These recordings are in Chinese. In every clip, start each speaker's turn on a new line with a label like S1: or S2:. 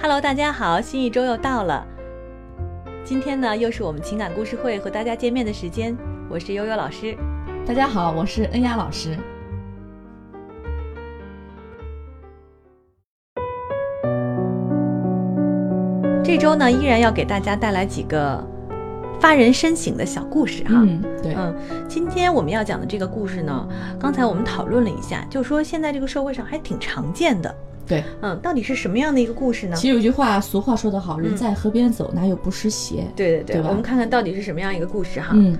S1: Hello，大家好，新一周又到了。今天呢，又是我们情感故事会和大家见面的时间。我是悠悠老师。
S2: 大家好，我是恩雅老师。
S1: 这周呢，依然要给大家带来几个发人深省的小故事哈。
S2: 嗯，对，
S1: 嗯，今天我们要讲的这个故事呢，刚才我们讨论了一下，就说现在这个社会上还挺常见的。
S2: 对。
S1: 嗯，到底是什么样的一个故事呢？
S2: 其实有句话，俗话说得好，人在河边走，哪有不湿鞋？
S1: 嗯对对对，
S2: 对吧
S1: 我们看看到底是什么样一个故事哈。
S2: 嗯，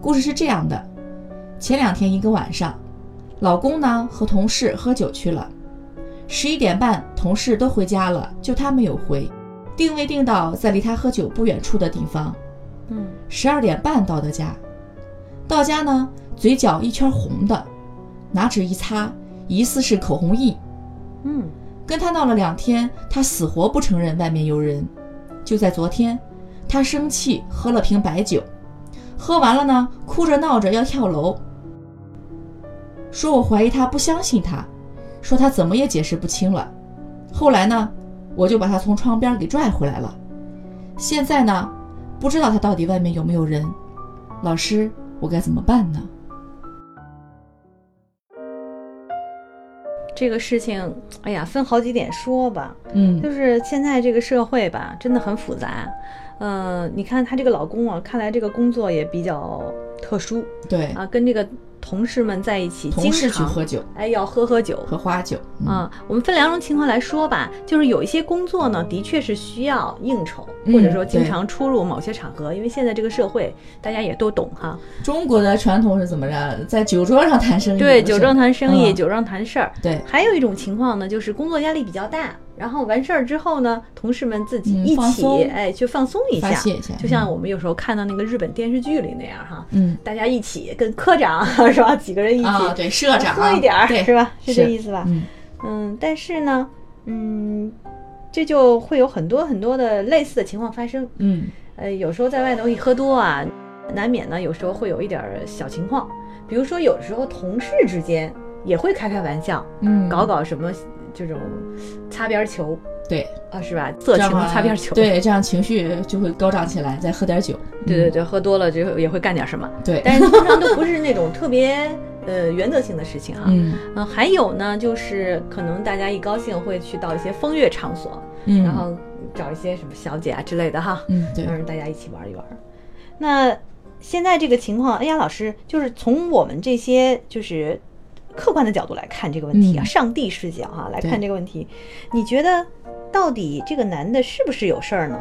S2: 故事是这样的：前两天一个晚上，老公呢和同事喝酒去了，十一点半同事都回家了，就他没有回，定位定到在离他喝酒不远处的地方。
S1: 嗯
S2: 十二点半到的家，到家呢嘴角一圈红的，拿纸一擦，疑似是口红印。
S1: 嗯
S2: 跟他闹了两天，他死活不承认外面有人。就在昨天，他生气喝了瓶白酒，喝完了呢，哭着闹着要跳楼，说我怀疑他不相信他，说他怎么也解释不清了。后来呢，我就把他从窗边给拽回来了。现在呢，不知道他到底外面有没有人。老师，我该怎么办呢？
S1: 这个事情，哎呀，分好几点说吧。
S2: 嗯
S1: 就是现在这个社会吧，真的很复杂。嗯、你看她这个老公啊，看来这个工作也比较特殊
S2: 对，
S1: 啊，跟这个同事们在一起，
S2: 同事
S1: 经
S2: 去
S1: 常
S2: 喝酒
S1: 哎要喝喝酒。
S2: 喝花酒。嗯
S1: 啊，我们分两种情况来说吧，就是有一些工作呢，的确是需要应酬，
S2: 嗯
S1: 或者说经
S2: 对
S1: 常出入某些场合，因为现在这个社会大家也都懂哈，
S2: 中国的传统是怎么着？在酒桌上谈生意，
S1: 对，
S2: 不是
S1: 酒正谈生意，
S2: 嗯
S1: 酒正谈事儿。
S2: 对，
S1: 还有一种情况呢，就是工作压力比较大，然后完事儿之后呢，同事们自己
S2: 嗯
S1: 一
S2: 放
S1: 起、
S2: 松
S1: 哎去放松一
S2: 发
S1: 下，
S2: 泄一下，
S1: 就像我们有时候看到那个日本电视剧里那样哈，
S2: 嗯
S1: 大家一起跟科长 是吧，几个人一
S2: 嗯
S1: 起、
S2: 啊，对，社长
S1: 喝一点儿
S2: 对
S1: 是，吧？是这
S2: 是
S1: 意思吧？
S2: 嗯，
S1: 嗯，但是呢，嗯，这就会有很多很多的类似的情况发生。
S2: 嗯，
S1: 呃，有时候在外头一喝多啊，难免呢有时候会有一点儿小情况，比如说有时候同事之间也会开开玩笑，
S2: 嗯，
S1: 搞搞什么这种擦边球
S2: 对，
S1: 啊，是吧？色
S2: 这
S1: 情
S2: 样啊
S1: 擦边球，
S2: 对，这样情绪就会高涨起来，再喝点酒，
S1: 对对对，喝多了就也会干点什么，
S2: 嗯对
S1: 但是通常都不是那种特别呃原则性的事情哈。
S2: 嗯
S1: 嗯，还有呢，就是可能大家一高兴会去到一些风月场所，
S2: 嗯，
S1: 然后找一些什么小姐啊之类的哈，
S2: 嗯对，
S1: 让大家一起玩一玩。那现在这个情况，哎呀，老师，就是从我们这些就是客观的角度来看这个问题啊，
S2: 嗯
S1: 上帝视角哈、来看
S2: 对
S1: 这个问题，你觉得到底这个男的是不是有事儿呢？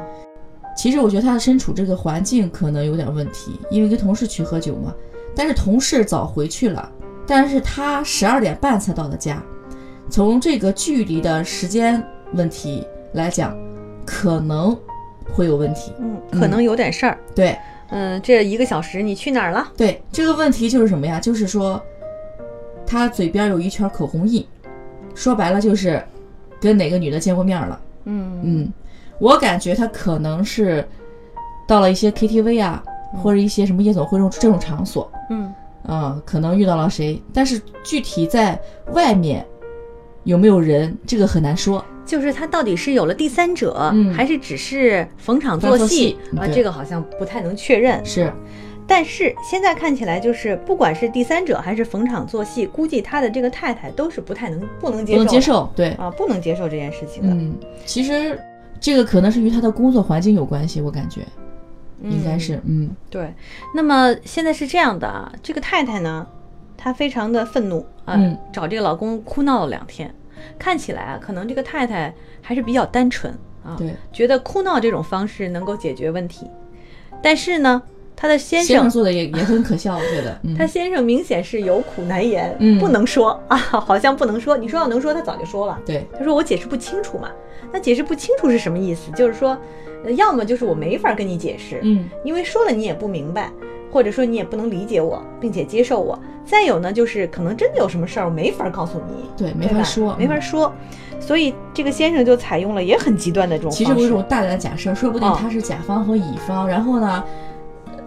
S2: 其实我觉得他身处这个环境可能有点问题，因为跟同事去喝酒嘛，但是同事早回去了，但是他十二点半才到的家，从这个距离的时间问题来讲，可能会有问题。
S1: 嗯，可能有点事儿。
S2: 对
S1: 嗯，这一个小时你去哪儿了？
S2: 对，这个问题就是什么呀？就是说，他嘴边有一圈口红印，说白了就是跟哪个女的见过面了。
S1: 嗯
S2: 嗯，我感觉他可能是到了一些 KTV 啊，或者一些什么夜总会这种这种场所，
S1: 嗯
S2: 嗯，可能遇到了谁，但是具体在外面有没有人，这个很难说。
S1: 就是他到底是有了第三者，
S2: 嗯
S1: 还是只是逢场
S2: 逢
S1: 作
S2: 作
S1: 戏
S2: 戏
S1: 啊？
S2: 对
S1: 这个好像不太能确认。
S2: 是，
S1: 但是现在看起来，就是不管是第三者还是逢场作戏，估计他的这个太太都是不太能不能接
S2: 不
S1: 受
S2: 能
S1: 的
S2: 接受。对，
S1: 啊，不能接受这件事情的，
S2: 嗯，其实这个可能是与他的工作环境有关系，我感觉
S1: 嗯
S2: 应该是，嗯
S1: 对。那么现在是这样的啊，这个太太呢，她非常的愤怒啊，
S2: 嗯
S1: 找这个老公哭闹了两天。看起来啊，可能这个太太还是比较单纯啊，
S2: 对。
S1: 觉得哭闹这种方式能够解决问题。但是呢，她的先
S2: 先
S1: 生
S2: 生做的也也很可笑，我觉得，嗯
S1: 他，先生明显是有苦难言，
S2: 嗯
S1: 不能说啊，好像不能说。你说要能说，他早就说了。
S2: 对，
S1: 他说我解释不清楚嘛，那解释不清楚是什么意思？就是说，呃要么就是我没法跟你解释，
S2: 嗯
S1: 因为说了你也不明白，或者说你也不能理解我，并且接受我。再有呢，就是可能真的有什么事儿我没法告诉你，
S2: 对，没
S1: 对
S2: 法
S1: 吧
S2: 说，
S1: 没法
S2: 嗯。
S1: 说。所以这个先生就采用了也很极端的这种方式。
S2: 其实我有一种大胆的假设，说不定
S1: 哦
S2: 他是甲方和乙方，然后呢，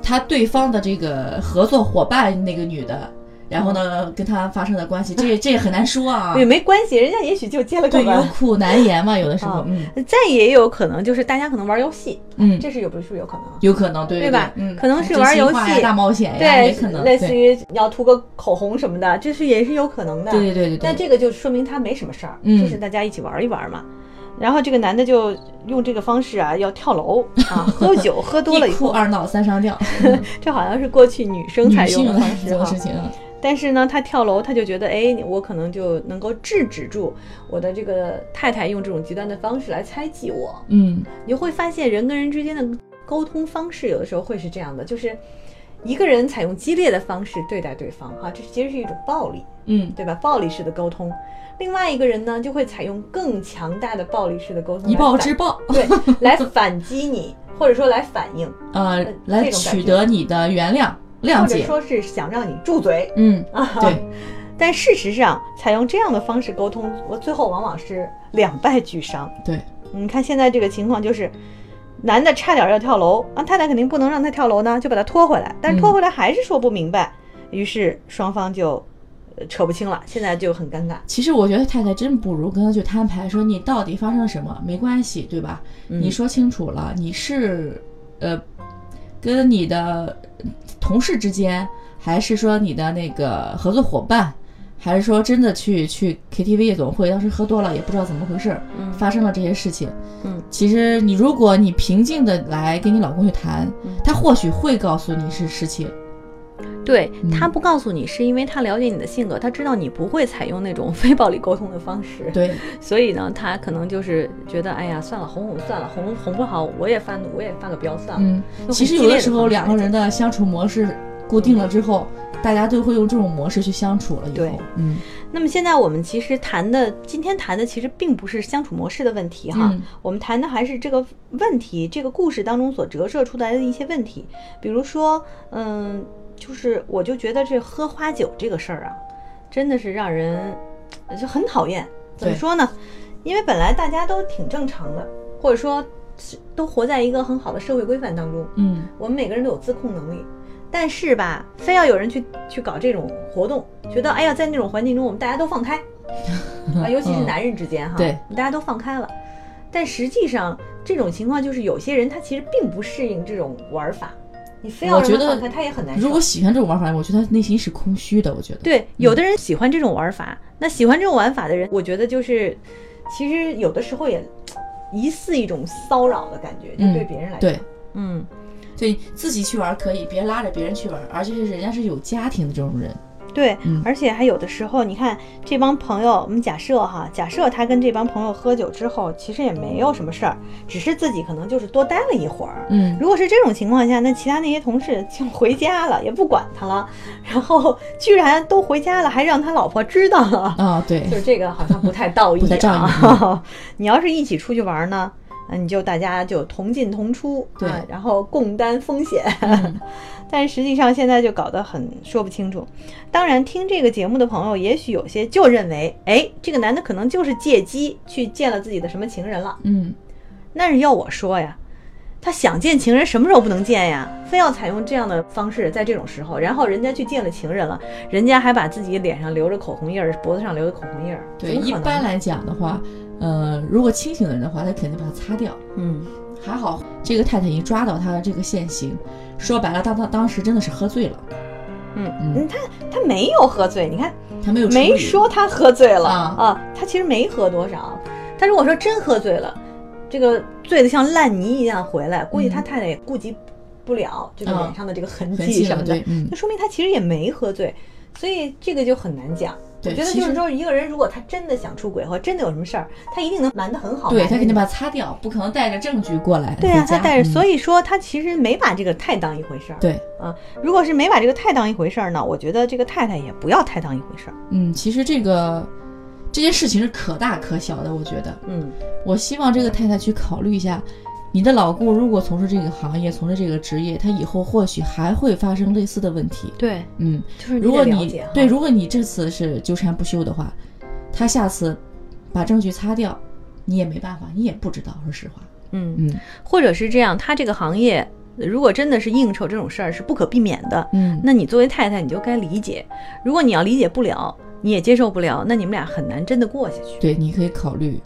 S2: 他对方的这个合作伙伴那个女的。然后呢
S1: 嗯
S2: 跟他发生的关系，这这也很难 说啊
S1: 也。没关系，人家也许就接了个
S2: 对，有
S1: 吻。
S2: 苦难言嘛，有的时
S1: 啊
S2: 候，嗯
S1: 再也有可能就是大家可能玩游戏，
S2: 嗯，
S1: 这是有不是有可能？
S2: 有可能，对
S1: 对吧
S2: 嗯，
S1: 可能是
S2: 真
S1: 玩
S2: 心
S1: 游
S2: 话呀
S1: 戏
S2: 大冒险呀，
S1: 对
S2: 也可，能，
S1: 类
S2: 对
S1: 似于你要涂个口红什么的，这是也是有可能的。
S2: 对对对对
S1: 但
S2: 对，
S1: 这个就说明他没什么事儿，
S2: 嗯
S1: 就是大家一起玩一玩嘛。然后这个男的就用这个方式啊，要跳楼 啊，喝酒喝多了以
S2: 一哭
S1: 后，
S2: 二闹三 上吊，
S1: 这好像是过去女生
S2: 女
S1: 才
S2: 性
S1: 用的
S2: 的
S1: 方式哈
S2: 这种事。情啊，
S1: 但是呢，他跳楼，他就觉得，哎，我可能就能够制止住我的这个太太用这种极端的方式来猜忌我。
S2: 嗯
S1: 你就会发现人跟人之间的沟通方式有的时候会是这样的，就是一个人采用激烈的方式对待对方，哈、这其实是一种暴力，
S2: 嗯，
S1: 对吧？暴力式的沟通。另外一个人呢，就会采用更强大的暴力式的沟通，
S2: 以暴
S1: 来反
S2: 制暴，
S1: 对，来反击你，或者说来反应，
S2: 呃
S1: 呃，
S2: 来
S1: 这种感
S2: 取
S1: 觉
S2: 得你的原谅、谅
S1: 或者
S2: 解，
S1: 说是想让你住嘴
S2: 嗯，
S1: 啊。
S2: 对，
S1: 但事实上，采用这样的方式沟通，我最后往往是两败俱伤。嗯
S2: 对，
S1: 你看现在这个情况就是，男的差点要跳楼，啊，太太肯定不能让他跳楼呢，就把他拖回来，但
S2: 嗯
S1: 是拖回来还是说不明白，于是双方就呃扯不清了，现在就很尴尬。
S2: 其实我觉得太太真不如跟他去摊牌，说你到底发生了什么，没关系，对吧？
S1: 嗯
S2: 你说清楚了，你是呃跟你的嗯同事之间，还是说你的那个合作伙伴，还是说真的去去 KTV 夜总会，当时喝多了也不知道怎么回事儿，
S1: 嗯
S2: 发生了这些事情。
S1: 嗯，
S2: 其实你如果你平静的来跟你老公去谈，
S1: 嗯
S2: 他或许会告诉你是实情。
S1: 对
S2: 嗯
S1: 他不告诉你，是因为他了解你的性格，他知道你不会采用那种 非暴力沟通的方式，
S2: 对，
S1: 所以呢，他可能就是觉得，哎呀，算了，哄哄算了，哄哄不好，我也犯，我也犯个彪算了。
S2: 嗯，
S1: 用
S2: 其实
S1: 很激
S2: 有
S1: 烈
S2: 的
S1: 的
S2: 时候
S1: 方式
S2: 两个
S1: 来
S2: 人的相处模式固定了之后，大家都会用这种模式去相处了。以后
S1: 对，
S2: 嗯，
S1: 那么现在我们其实谈的，今天谈的其实并不是相处模式的问题哈，
S2: 嗯
S1: 我们谈的还是这个问题，这个故事当中所折射出来的一些问题，比如说，嗯，就是我就觉得这喝花酒这个事儿啊，真的是让人呃就很讨厌。怎么
S2: 对
S1: 说呢？因为本来大家都挺正常的，或者说是都活在一个很好的社会规范当中，
S2: 嗯，
S1: 我们每个人都有自控能力，但是吧，非要有人去去搞这种活动，觉得哎呀，在那种环境中我们大家都放 开啊，尤其是
S2: 嗯
S1: 男人之间哈，
S2: 对
S1: 我们大家都放开了。但实际上，这种情况就是有些人他其实并不适应这种玩法，你非要
S2: 我
S1: 让
S2: 觉
S1: 他放
S2: 得
S1: 开，他也很难
S2: 如
S1: 受
S2: 果。喜欢这种玩法，我觉得他内心是空虚的。我觉得，
S1: 对，有的人喜欢这种玩法，那喜欢这种玩法的人，我觉得就是，其实有的时候也疑似一种骚扰的感觉，就
S2: 嗯
S1: 对别人来讲，
S2: 对
S1: 嗯，
S2: 对，自己去玩可以，别拉着别人去玩，而且是人家是有家庭的这种人。
S1: 对，
S2: 嗯
S1: 而且还有的时候，你看这帮朋友，我们假设哈，假设他跟这帮朋友喝酒之后，其实也没有什么事儿，只是自己可能就是多待了一会儿。
S2: 嗯，
S1: 如果是这种情况下，那其他那些同事就回家了，也不管他了，然后居然都回家了，还让他老婆知道了，
S2: 啊、对
S1: 就，是这个好像不太道义、啊，
S2: 不太仗义
S1: 你要是一起出去玩呢，嗯，你就大家就同进同出，
S2: 对
S1: 啊然后共担风险。
S2: 嗯
S1: 但实际上现在就搞得很说不清楚。当然，听这个节目的朋友，也许有些就认为，哎，这个男的可能就是借机去见了自己的什么情人了。
S2: 嗯，
S1: 但是要我说呀，他想见情人什么时候不能见呀？非要采用这样的方式，在这种时候，然后人家去见了情人了，人家还把自己脸上留着口红印儿，脖子上留着口红印儿，
S2: 对，
S1: 怎么
S2: 一
S1: 可能
S2: 般，来讲的话，呃，如果清醒的人的话，他肯定把它擦掉。
S1: 嗯，
S2: 还好这个太太已经抓到他的这个现行，说白了，当当当时真的是喝醉了，
S1: 嗯
S2: 嗯
S1: 他他没有喝醉，你看
S2: 他没有处
S1: 没
S2: 理
S1: 说他喝醉了
S2: 啊
S1: 他其实没喝多少。他如果说真喝醉了，这个醉得像烂泥一样回来，估计他太太也顾及不了这个
S2: 啊
S1: 脸上的这个痕
S2: 嗯痕
S1: 迹
S2: 迹
S1: 什
S2: 了，
S1: 么的，
S2: 对，嗯
S1: 那，说明他其实也没喝醉，所以这个就很难讲。我
S2: 对
S1: 觉得
S2: 其
S1: 就
S2: 实
S1: 是说，一个人如果他真的想出轨或真的有什么事儿，他一定能瞒得很好。
S2: 对
S1: 瞒
S2: 他
S1: 得
S2: 肯定
S1: 很
S2: 把
S1: 好
S2: 它擦掉，不可能带着证据过来。
S1: 对啊，他带着，所
S2: 以
S1: 以说他其实没把这个太当一回事儿。
S2: 对，
S1: 如果是没把这个太当一回事儿呢，我觉得这个太太也不要太当一回事儿。
S2: 嗯，其实这个这件事情是可大可小的，我觉得。
S1: 嗯，
S2: 我希望这个太太去考虑一下，你的老公如果从事这个行业，从事这个职业，他以后或许还会发生类似的问题。
S1: 对，
S2: 嗯，
S1: 就是得
S2: 如果
S1: 了
S2: 你
S1: 解哈
S2: 对，如果你这次是纠缠不休的话，他下次把证据擦掉，你也没办法，你也不知道。说实话，
S1: 嗯。
S2: 嗯，
S1: 或者是这样，他这个行业如果真的是应酬这种事儿是不可避免的，
S2: 嗯，
S1: 那你作为太太你就该理解。如果你要理解不了，你也接受不了，那你们俩很难真的过下去，
S2: 对，你可以考虑，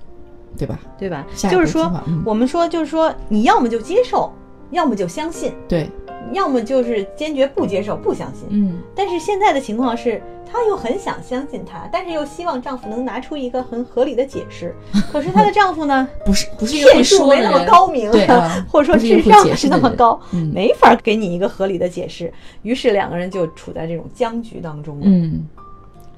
S2: 对吧？
S1: 对吧？
S2: 下一
S1: 就
S2: 步
S1: 是
S2: 计
S1: 说，
S2: 划，嗯，
S1: 我们说就是说，你要么就接受，要么就相信，
S2: 对，
S1: 要么就是坚决不接受、不相信。
S2: 嗯，
S1: 但是现在的情况是，她又很想相信他，但是又希望丈夫能拿出一个很合理的解 释。可是她的丈夫呢，
S2: 不是不是一个
S1: 骗
S2: 会
S1: 术
S2: 说
S1: 没
S2: 的
S1: 那么
S2: 人
S1: 高明，
S2: 对 啊
S1: 或者说
S2: 不是一
S1: 智
S2: 个会
S1: 商
S2: 解
S1: 不是
S2: 释
S1: 那
S2: 的
S1: 么
S2: 人
S1: 高，
S2: 嗯
S1: 没法给你一个合理的解释。于是两个人就处在这种僵局当中了。
S2: 嗯，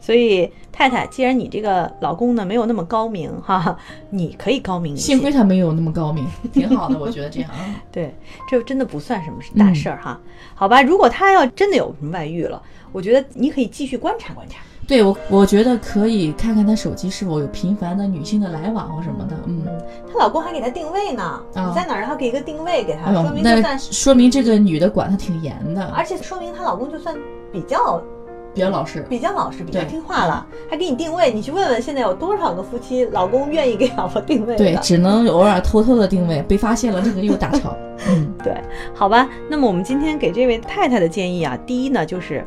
S1: 所以太太，既然你这个老公呢没有那么高明哈，你可以高明一些。
S2: 幸亏他没有那么 高明，挺好的，我觉得这样啊，
S1: 对，这真的不算什么
S2: 嗯
S1: 大事儿哈。好吧，如果他要真的有什么外遇了，我觉得你可以继续观察观察。
S2: 对我我觉得可以看看他手机是否有频繁的女性的来往或什么的，嗯。
S1: 嗯，她老公还给她定位呢，
S2: 啊
S1: 你在哪儿还给一个定位给她，
S2: 哎呦
S1: 说，明就
S2: 那
S1: 算，
S2: 说明这个女的管他挺严的，
S1: 而且说明她老公就算比较
S2: 比较老实。
S1: 比较老实，比较
S2: 对
S1: 听话了，还给你定位。你去问问现在有多少个夫妻老公愿意给老婆定位
S2: 对，
S1: 的？
S2: 只能偶尔偷偷的定位，被发现了这个又大 吵。嗯，
S1: 好吧，那么我们今天给这位太太的建议啊，第一呢就是，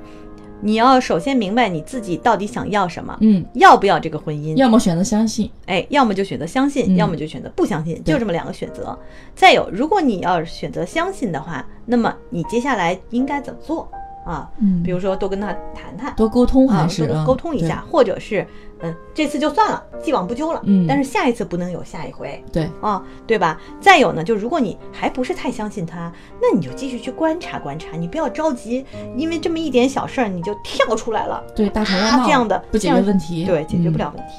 S1: 你要首先明白你自己到底想要什么，
S2: 嗯，
S1: 要不要这个婚姻？
S2: 要么选择相信，
S1: 哎，要么就选择相信，
S2: 嗯
S1: 要么就选择不相信，
S2: 对
S1: 就这么两个选择。再有，如果你要是选择相信的话，那么你接下来应该怎么做啊？
S2: 嗯，
S1: 比如说多跟他谈谈。
S2: 多沟通
S1: 啊
S2: 还，是、
S1: 多
S2: 嗯
S1: 沟通一下，或者是，嗯，这次就算了，既往不咎了。
S2: 嗯
S1: 但是下一次不能有下一回
S2: 对。对，
S1: 啊，对吧？再有呢，就如果你还不是太相信他，那你就继续去观察观察，你不要着急，因为这么一点小事儿你就跳出来了，
S2: 对，大吵大
S1: 啊
S2: 闹
S1: 这样的
S2: 不解
S1: 这
S2: 决
S1: 样
S2: 问题，
S1: 对，解决不
S2: 嗯
S1: 了问题。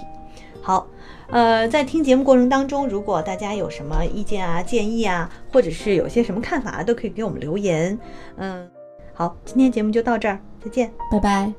S1: 好，呃，在听节目过程当中，如果大家有什么意见啊、建议啊，或者是有些什么看法啊，都可以给我们留言。嗯，好，今天节目就到这儿，再见。
S2: 拜拜。